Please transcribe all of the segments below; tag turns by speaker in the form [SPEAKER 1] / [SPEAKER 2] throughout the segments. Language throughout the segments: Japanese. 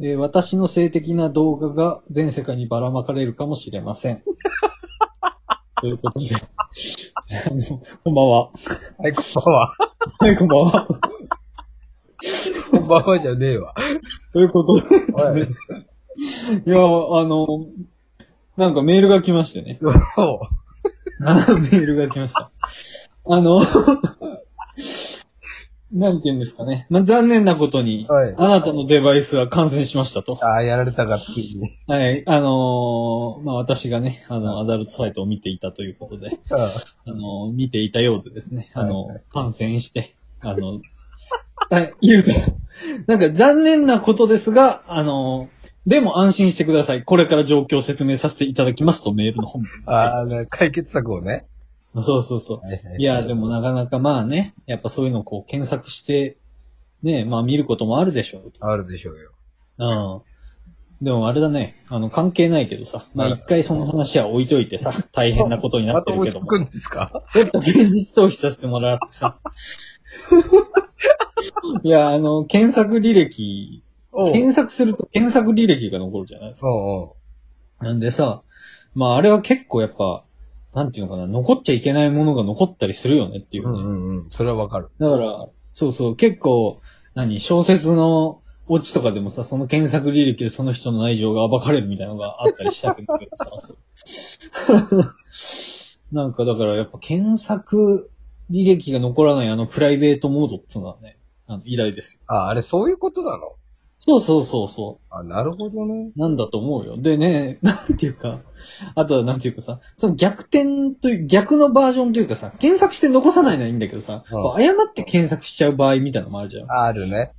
[SPEAKER 1] えー私の性的な動画が全世界にばらまかれるかもしれませ ん。ということで、あ の、こんばんは。
[SPEAKER 2] はい、こんばんは。
[SPEAKER 1] はい、こんばんは。
[SPEAKER 2] こんばんはじゃねえわ。
[SPEAKER 1] ということで、
[SPEAKER 2] はい。
[SPEAKER 1] いや、あの、なんかメールが来ましてね。
[SPEAKER 2] お
[SPEAKER 1] あメールが来ました。あの、 なんて言うんですかね。まあ、残念なことに、
[SPEAKER 2] はい
[SPEAKER 1] あなたのデバイスは感染しましたと。
[SPEAKER 2] ああ、やられたか、ついに。
[SPEAKER 1] はい。あのーまあ、私がね、あの、アダルトサイトを見ていたということで、
[SPEAKER 2] うん
[SPEAKER 1] あのー見ていたようでですね、あの、
[SPEAKER 2] はいは
[SPEAKER 1] 感染して、あ の、はい、言うと、なんか残念なことですが、あのーでも安心してください。これから状況を説明させていただきますとメールの本文。
[SPEAKER 2] ああ、ね解決策をね。
[SPEAKER 1] そうそうそう。いや、でもなかなかまあね、やっぱそういうのをこう検索して、ね、まあ見ることもあるでしょう。
[SPEAKER 2] あるでしょうよ。
[SPEAKER 1] うん。でもあれだね、あの関係ないけどさ、まあ一回その話は置いといてさ、大変なことにな
[SPEAKER 2] ま
[SPEAKER 1] って
[SPEAKER 2] と
[SPEAKER 1] る
[SPEAKER 2] も
[SPEAKER 1] け
[SPEAKER 2] に
[SPEAKER 1] ど
[SPEAKER 2] 行
[SPEAKER 1] も。
[SPEAKER 2] くんですか
[SPEAKER 1] ちょっと現実逃避させてもらってさ。 いや、あの、検索履歴、
[SPEAKER 2] おう。
[SPEAKER 1] 検索すると検索履歴が残るじゃないですか。
[SPEAKER 2] おう
[SPEAKER 1] なんでさ、まああれは結構やっぱ、なんていうのかな、残っちゃいけないものが残ったりするよねっていううね。
[SPEAKER 2] んうんうん。それはわかる。
[SPEAKER 1] だから、そうそう、結構、何、小説のオチとかでもさ、その検索履歴でその人の内情が暴かれるみたいなのがあったりしたけどさ、 そうなんかだからやっぱ検索履歴が残らないあのプライベートモードっていうのはね、あの、偉大ですよ。
[SPEAKER 2] ああ、あれそういうことなの
[SPEAKER 1] そうそうそうそう。
[SPEAKER 2] あなるほどね。
[SPEAKER 1] なんだと思うよ。でね、 なんていうか、あとはなんていうかさ、その逆転という、逆のバージョンというかさ、検索して残さないのはいいんだけどさ、
[SPEAKER 2] うん
[SPEAKER 1] こう誤って検索しちゃう場合みたいなのもあるじゃん。
[SPEAKER 2] あるね。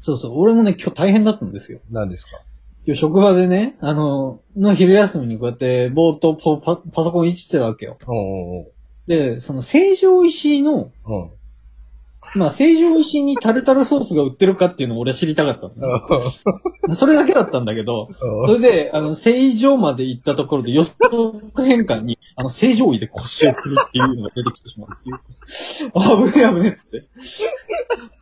[SPEAKER 1] そうそう、俺もね、今日大変だったんですよ。
[SPEAKER 2] 何ですか
[SPEAKER 1] 今日職場でね、あの、の昼休みにこうやって、ぼーっとポパパソコンいじってたわけよ。
[SPEAKER 2] おう
[SPEAKER 1] で、その、成城石井の、
[SPEAKER 2] おうおう。
[SPEAKER 1] まあ、成城石井にタルタルソースが売ってるかっていうのを俺は知りたかったの
[SPEAKER 2] うん。おう
[SPEAKER 1] ね。それだけだったんだけど、
[SPEAKER 2] おう
[SPEAKER 1] それで、あの、正常まで行ったところで予測変換に、あの、正常位で腰を振るっていうのが出てきてしまうっていう。あ、危ねえ危ねえっつって。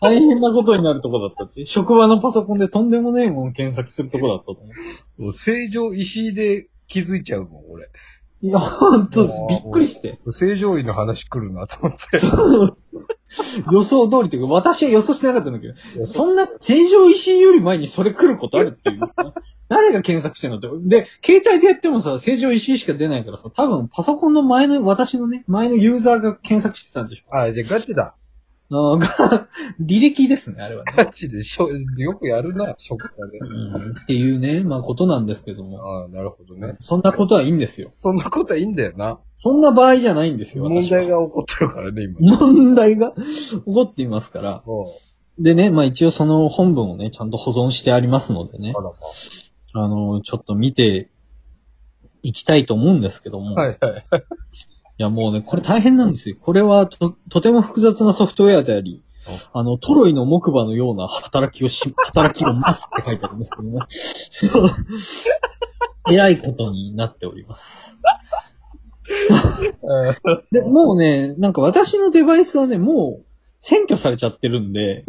[SPEAKER 1] 大変なことになるとこだったって。職場のパソコンでとんでもねえもん検索するとこだったと思う。
[SPEAKER 2] もう正常石井で気づいちゃうもん、俺。
[SPEAKER 1] いや、ほんとです。びっくりして。
[SPEAKER 2] 正常位の話来るなと思って。
[SPEAKER 1] 予想通りというか、私は予想してなかったんだけど、そんな正常維新より前にそれ来ることある っていう。誰が検索してんのって。で、携帯でやってもさ、正常維新しか出ないからさ、多分パソコンの前の、私のね、前のユーザーが検索してたんでしょ。
[SPEAKER 2] あ、じゃあガチだ。
[SPEAKER 1] あーが 履歴ですね、あれはね。
[SPEAKER 2] ガチでしょ、よくやるな、職場で。
[SPEAKER 1] っていうね、まあことなんですけども。
[SPEAKER 2] ああ、なるほどね。
[SPEAKER 1] そんなことはいいんですよ。
[SPEAKER 2] そんなことはいいんだよな。
[SPEAKER 1] そんな場合じゃないんですよ。
[SPEAKER 2] 問
[SPEAKER 1] 私は
[SPEAKER 2] 題が起こってるからね、今。
[SPEAKER 1] 問題が起こっていますから。
[SPEAKER 2] おう
[SPEAKER 1] でね、まあ一応その本文をね、ちゃんと保存してありますのでね。
[SPEAKER 2] あら
[SPEAKER 1] あの、ちょっと見ていきたいと思うんですけども。。
[SPEAKER 2] ま。はいいはい。
[SPEAKER 1] や、もうね、これ大変なんですよ。これはと、とても複雑なソフトウェアであり、あの、トロイの木馬のような働きをし、 働きをますって書いてありますけどね。 えらいことになっております。で、もうね、なんか私のデバイスはね、もう、占拠されちゃってるんで、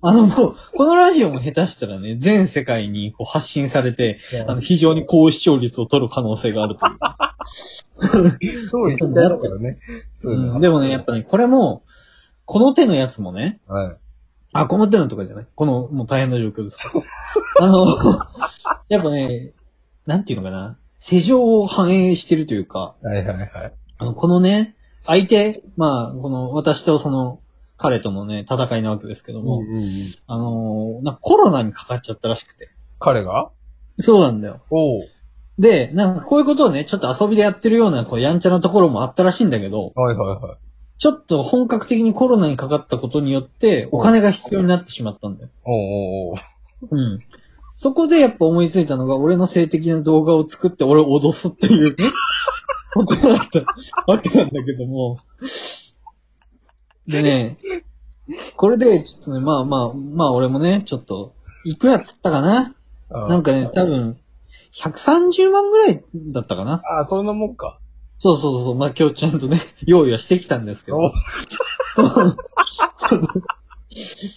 [SPEAKER 1] あのもう、このラジオも下手したらね、全世界にこう発信されて、あの非常に高視聴率を取る可能性があるという。
[SPEAKER 2] そう言っただからね。そう
[SPEAKER 1] うん、
[SPEAKER 2] ね。
[SPEAKER 1] でもね、やっぱね、これも、この手のやつもね、
[SPEAKER 2] はい。
[SPEAKER 1] あ、この手のとかじゃないこの、もう大変な状況です。あの、やっぱね、なんていうのかな、世情を反映してるというか、
[SPEAKER 2] はいはいはい。
[SPEAKER 1] あの、このね、相手、まあ、この、私とその、彼とのね、戦いなわけですけども、
[SPEAKER 2] うんうんうん
[SPEAKER 1] あのー、なんかコロナにかかっちゃったらしくて。
[SPEAKER 2] 彼が
[SPEAKER 1] そうなんだよ。
[SPEAKER 2] おう。
[SPEAKER 1] で、なんかこういうことをね、ちょっと遊びでやってるような、こう、やんちゃなところもあったらしいんだけど、
[SPEAKER 2] はいはいはい。
[SPEAKER 1] ちょっと本格的にコロナにかかったことによって、お金が必要になってしまったんだよ。
[SPEAKER 2] おうおうおう。
[SPEAKER 1] うん。そこでやっぱ思いついたのが、俺の性的な動画を作って俺を脅すっていう、ことだったわけなんだけども。でね、これで、ちょっとね、まあまあ、まあ俺もね、ちょっと、いくらつったかな
[SPEAKER 2] あ
[SPEAKER 1] なんかね、多分、130万ぐらいだったかな
[SPEAKER 2] あ、そんなもんか。
[SPEAKER 1] そうそうそう、まあ今日ちゃんとね、用意はしてきたんですけど
[SPEAKER 2] お。う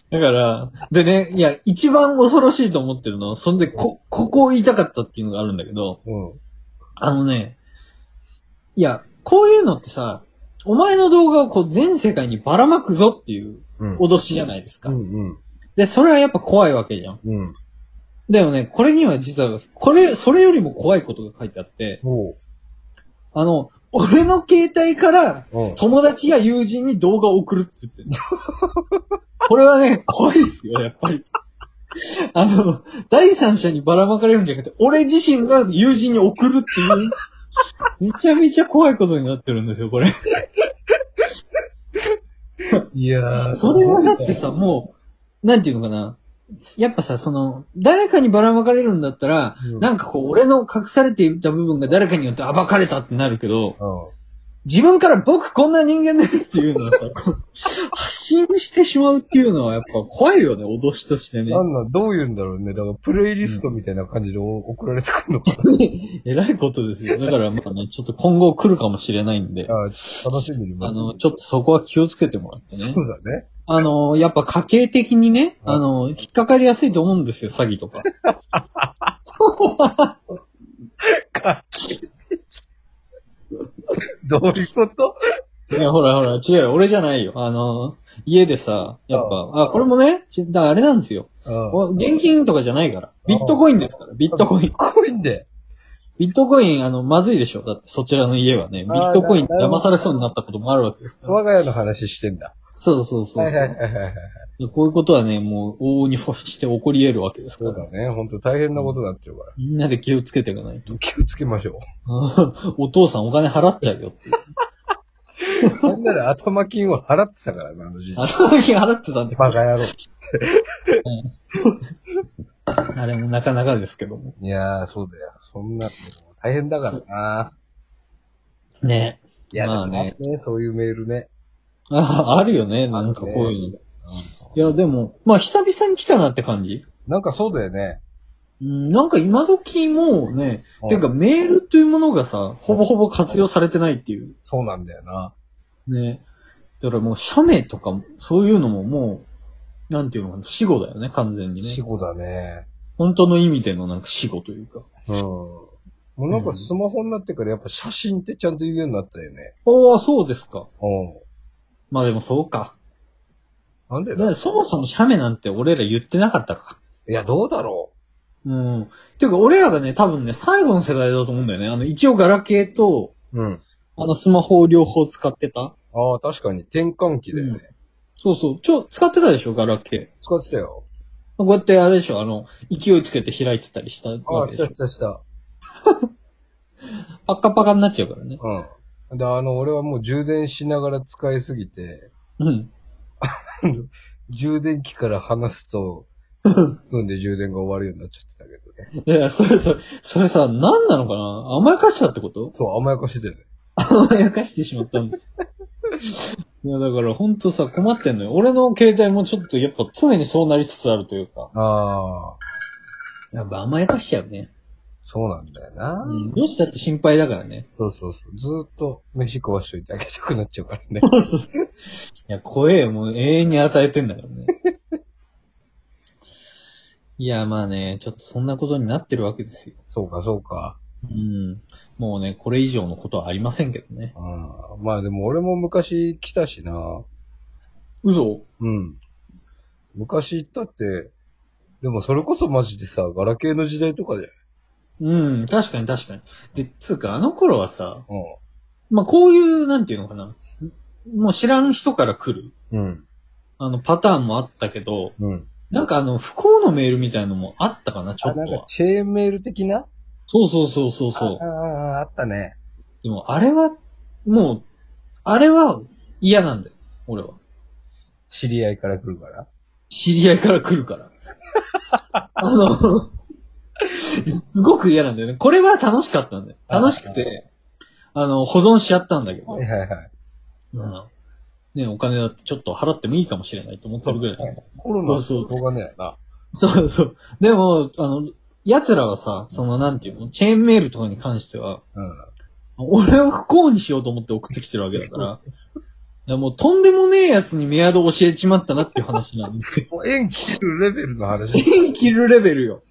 [SPEAKER 1] だから、でね、いや、一番恐ろしいと思ってるのは、そんで、こ、ここを言いたかったっていうのがあるんだけど、
[SPEAKER 2] うん。
[SPEAKER 1] あのね、いや、こういうのってさ、お前の動画をこう全世界にばらまくぞっていう
[SPEAKER 2] うん。
[SPEAKER 1] 脅しじゃないですか。
[SPEAKER 2] うん
[SPEAKER 1] で、それはやっぱ怖いわけじゃん。
[SPEAKER 2] うん。うん。
[SPEAKER 1] だよね、これには実は、これ、それよりも怖いことが書いてあって、
[SPEAKER 2] おう。
[SPEAKER 1] あの、俺の携帯から
[SPEAKER 2] うん。
[SPEAKER 1] 友達や友人に動画を送るって言 ってる。これはね、怖いっすよ、やっぱり。あの、第三者にばらまかれるんじゃなくて、俺自身が友人に送るっていうね、めちゃめちゃ怖いことになってるんですよ、これ。
[SPEAKER 2] いやー。
[SPEAKER 1] それはだってさ、もう、なんていうのかな。やっぱさ、その、誰かにばらまかれるんだったら、
[SPEAKER 2] うん
[SPEAKER 1] なんかこう、俺の隠されていた部分が誰かによって暴かれたってなるけど、
[SPEAKER 2] うん。
[SPEAKER 1] 自分から僕こんな人間ですっていうのはさ、こう発信してしまうっていうのはやっぱ怖いよね、脅しとしてね。
[SPEAKER 2] なんなん、どう言うんだろうね。だから、プレイリストみたいな感じでお送られてくるのかな。
[SPEAKER 1] えらいことですよ。だからまあね、ちょっと今後来るかもしれないんで、
[SPEAKER 2] あー楽しみに
[SPEAKER 1] あ
[SPEAKER 2] 待って
[SPEAKER 1] の、ちょっとそこは気をつけてもらって
[SPEAKER 2] そ
[SPEAKER 1] ね。
[SPEAKER 2] うだね。
[SPEAKER 1] あの、やっぱ家計的にね、
[SPEAKER 2] はい
[SPEAKER 1] あの、引っかかりやすいと思うんですよ、詐欺と か。
[SPEAKER 2] どういうこと
[SPEAKER 1] いや、ほらほら、違うよ、俺じゃないよ。あの、家でさ、やっぱ、あ、これもね、ちだからあれなんですよ。
[SPEAKER 2] うん。
[SPEAKER 1] お現金とかじゃないから。ビットコインですから、ビットコイン。
[SPEAKER 2] コインで。
[SPEAKER 1] ビットコイン、あの、まずいでしょ。だって、そちらの家はね、ビットコイン
[SPEAKER 2] あーなるほど
[SPEAKER 1] 騙されそうになったこともあるわけですから。
[SPEAKER 2] 我が家の話してんだ。
[SPEAKER 1] そうそうそうそ
[SPEAKER 2] はいは
[SPEAKER 1] う。
[SPEAKER 2] いはいはい。
[SPEAKER 1] こういうことはね、もう、往々にして起こり得るわけですか
[SPEAKER 2] そう
[SPEAKER 1] ら。
[SPEAKER 2] だね。本当大変なことになってるか
[SPEAKER 1] みんなで気をつけていかないと。
[SPEAKER 2] ら。気をつけましょ
[SPEAKER 1] お父さんお金払っちゃうよっていう。
[SPEAKER 2] う。なんなら頭金を払ってたからな、あの時代。
[SPEAKER 1] 頭金払ってたんで、
[SPEAKER 2] バカ野郎。
[SPEAKER 1] あれもなかなかですけども。
[SPEAKER 2] いやー、そうだよ。そんな、大変だからな。
[SPEAKER 1] ね
[SPEAKER 2] いや、
[SPEAKER 1] ま
[SPEAKER 2] だ
[SPEAKER 1] あ
[SPEAKER 2] ね
[SPEAKER 1] ね
[SPEAKER 2] ね、そういうメールね。
[SPEAKER 1] ああ、るよね、なんかこういうの。
[SPEAKER 2] う
[SPEAKER 1] いや、でも、まあ、久々に来たなって感じ。
[SPEAKER 2] んなんかそうだよね。
[SPEAKER 1] うん、なんか今時もうね、ていうか
[SPEAKER 2] ん、
[SPEAKER 1] メールというものがさ、ほぼほぼ活用されてないっていう。
[SPEAKER 2] そうなんだよな。
[SPEAKER 1] ね。だからもう、社名とかも、そういうのももう、なんていうのかな、死語だよね、完全に
[SPEAKER 2] 死
[SPEAKER 1] ね。
[SPEAKER 2] 後だね。
[SPEAKER 1] 本当の意味でのなんか死語というか。
[SPEAKER 2] うん。もうなんかスマホになってからやっぱ写真ってちゃんと言うようになったよね。
[SPEAKER 1] ああ、そうですか。
[SPEAKER 2] うん。
[SPEAKER 1] まあでもそうか。
[SPEAKER 2] なんで
[SPEAKER 1] だ
[SPEAKER 2] だ
[SPEAKER 1] からそもそも社名なんて俺ら言ってなかったか。
[SPEAKER 2] いや、どうだろ
[SPEAKER 1] うん。っていうか、俺らがね、多分ね、最後の世代だと思うんだよね。あの、一応ガラケーと、
[SPEAKER 2] う。うん。
[SPEAKER 1] あの、スマホを両方使ってた
[SPEAKER 2] ああ、確かに転換期だよね。
[SPEAKER 1] うんそうそう。ちょ、使ってたでしょ、ガラケー。
[SPEAKER 2] 使ってたよ。
[SPEAKER 1] こうやって、あれでしょ、あの、勢いつけて開いてたりした
[SPEAKER 2] あ
[SPEAKER 1] わ
[SPEAKER 2] あ、
[SPEAKER 1] け
[SPEAKER 2] し
[SPEAKER 1] で
[SPEAKER 2] た
[SPEAKER 1] しょ
[SPEAKER 2] し。たした。
[SPEAKER 1] パッカパカになっちゃうからね。
[SPEAKER 2] うん。で、あの、俺はもう充電しながら使いすぎて、
[SPEAKER 1] うん。
[SPEAKER 2] 充電器から離す と、1分で充電が終わるようになっちゃってたけどね。
[SPEAKER 1] いや、それそれ、それさ、何なのかな甘やかしたってこと
[SPEAKER 2] そう、甘やかしてたよね。
[SPEAKER 1] 甘やかしてしまった んだ。いや、だから、ほんとさ、困ってんのよ。俺の携帯もちょっと、やっぱ、常にそうなりつつあるというか。
[SPEAKER 2] ああ、
[SPEAKER 1] やっぱ甘やかしちゃうね。
[SPEAKER 2] そうなんだよな。
[SPEAKER 1] うん。どうしたって心配だからね。
[SPEAKER 2] そうそうそう。ずーっと飯食わしといてあげたくなっちゃうから ね。
[SPEAKER 1] いや、怖えよ。もう永遠に与えてんだからね。 いや、まあね、ちょっとそんなことになってるわけですよ。
[SPEAKER 2] そうか、そうか。
[SPEAKER 1] うん。もうね、これ以上のことはありませんけどね。
[SPEAKER 2] うん。まあでも俺も昔来たしな。
[SPEAKER 1] 嘘
[SPEAKER 2] うん。昔行ったって、でもそれこそマジでさ、ガラケーの時代とかで。
[SPEAKER 1] うん、確かに確かに。で、つうか、あの頃はさ、
[SPEAKER 2] う
[SPEAKER 1] まあこういう、なんていうのかな。もう知らん人から来る。
[SPEAKER 2] ん。うん。
[SPEAKER 1] あの、パターンもあったけど、
[SPEAKER 2] うん。
[SPEAKER 1] なんかあの、不幸のメールみたいのもあったかな、ちょ
[SPEAKER 2] あ、
[SPEAKER 1] っと
[SPEAKER 2] なんか
[SPEAKER 1] は。
[SPEAKER 2] チェーンメール的な
[SPEAKER 1] そうそうそうそうそう。
[SPEAKER 2] ああ、あったね。
[SPEAKER 1] でも、あれは、もう、あれは嫌なんだよ。俺は。
[SPEAKER 2] 知り合いから来るから。
[SPEAKER 1] 知り合いから来るから。 あの、すごく嫌なんだよね。これは楽しかったんだよ。楽しくて、あの、保存しちゃったんだけど
[SPEAKER 2] はい、はいはい。
[SPEAKER 1] うんね、お金だってちょっと払ってもいいかもしれないと思ってるぐらいだから
[SPEAKER 2] コロナのしょうがねえな。
[SPEAKER 1] そうそう。でも、あの、奴らはさ、その、なんていうの、チェーンメールとかに関しては、
[SPEAKER 2] うん。
[SPEAKER 1] 俺を不幸にしようと思って送ってきてるわけだから、やもうとんでもねえやつにメアド教えちまったなっていう話なんですよ。
[SPEAKER 2] もう縁切るレベルの話。
[SPEAKER 1] 縁切るレベルよ。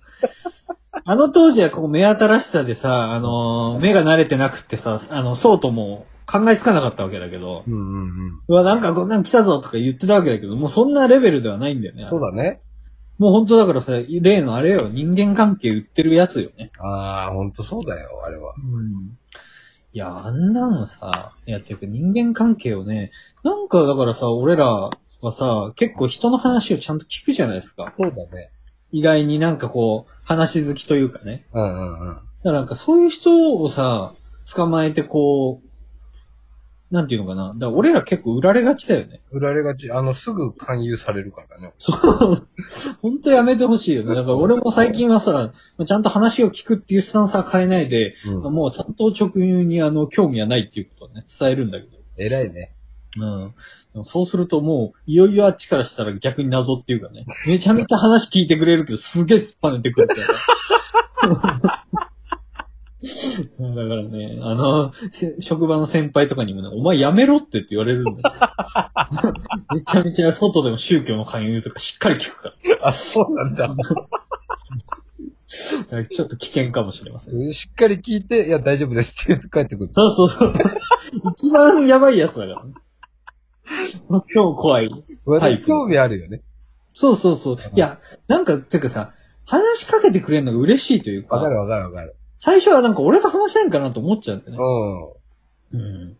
[SPEAKER 1] あの当時はここ目新しさでさ、あのー目が慣れてなくってさ、あの、そうとも考えつかなかったわけだけど、
[SPEAKER 2] うんうん
[SPEAKER 1] うわ、なんかこんなん来たぞとか言ってたわけだけど、もうそんなレベルではないんだよ
[SPEAKER 2] う
[SPEAKER 1] ね。
[SPEAKER 2] ん。そうだね。
[SPEAKER 1] もう本当だからさ、例のあれよ、人間関係売ってるやつよね。
[SPEAKER 2] ああ、ほんとそうだよ、あれは。
[SPEAKER 1] うん。いや、あんなのさ、いや、ていうか人間関係をね、なんかだからさ、俺らはさ、結構人の話をちゃんと聞くじゃないですか。
[SPEAKER 2] そうだね。
[SPEAKER 1] 意外になんかこう、話好きというかね。
[SPEAKER 2] うんうんう
[SPEAKER 1] だ
[SPEAKER 2] ん。
[SPEAKER 1] からなんかそういう人をさ、捕まえてこう、なんていうのかな。だから俺ら結構売られがちだよね。
[SPEAKER 2] 売られがち、あの、すぐ勧誘されるからね。
[SPEAKER 1] そう。本当やめてほしいよね。だから俺も最近はさ、ちゃんと話を聞くっていうスタンスは変えないで、
[SPEAKER 2] うん。
[SPEAKER 1] もう担当直入にあの、興味はないっていうことをね、伝えるんだけど。
[SPEAKER 2] 偉いね。
[SPEAKER 1] うん。でもそうするともう、いよいよあっちからしたら逆に謎っていうかね。めちゃめちゃ話聞いてくれるけど、すげえ突っ張ねてくるから。 だからね、あの、せ職場の先輩とかにもね、お前やめろってって言われるんだ よ。めちゃめちゃ外でも宗教の勧誘とかしっかり聞くから。
[SPEAKER 2] あ、そうなんだ。
[SPEAKER 1] だからちょっと危険かもしれません。
[SPEAKER 2] しっかり聞いて、いや、大丈夫ですって言って帰ってくる。
[SPEAKER 1] そうそうそう。一番やばいやつだからね。 最も怖い。タイ
[SPEAKER 2] 私、
[SPEAKER 1] プ
[SPEAKER 2] 興味あるよね。
[SPEAKER 1] そうそうそう。いや、なんか、てかさ、話しかけてくれるのが嬉しいという
[SPEAKER 2] わか
[SPEAKER 1] か、
[SPEAKER 2] るわかるわかる。
[SPEAKER 1] 最初はなんか俺と話したいんかなと思っちゃうんだよね。
[SPEAKER 2] う
[SPEAKER 1] うん。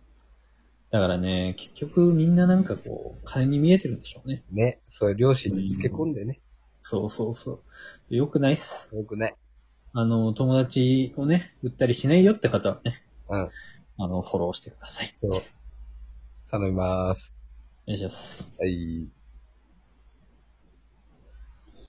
[SPEAKER 1] だからね、結局みんななんかこう、金に見えてるんでしょうね。
[SPEAKER 2] ん。ね。そういう両親につけ込んでね。
[SPEAKER 1] そうそうそう。よくないっす。
[SPEAKER 2] よくない。
[SPEAKER 1] あの、友達をね、売ったりしないよって方はね、
[SPEAKER 2] うん。
[SPEAKER 1] あの、フォローしてください。
[SPEAKER 2] そう。頼みます。
[SPEAKER 1] お願いします。
[SPEAKER 2] はい。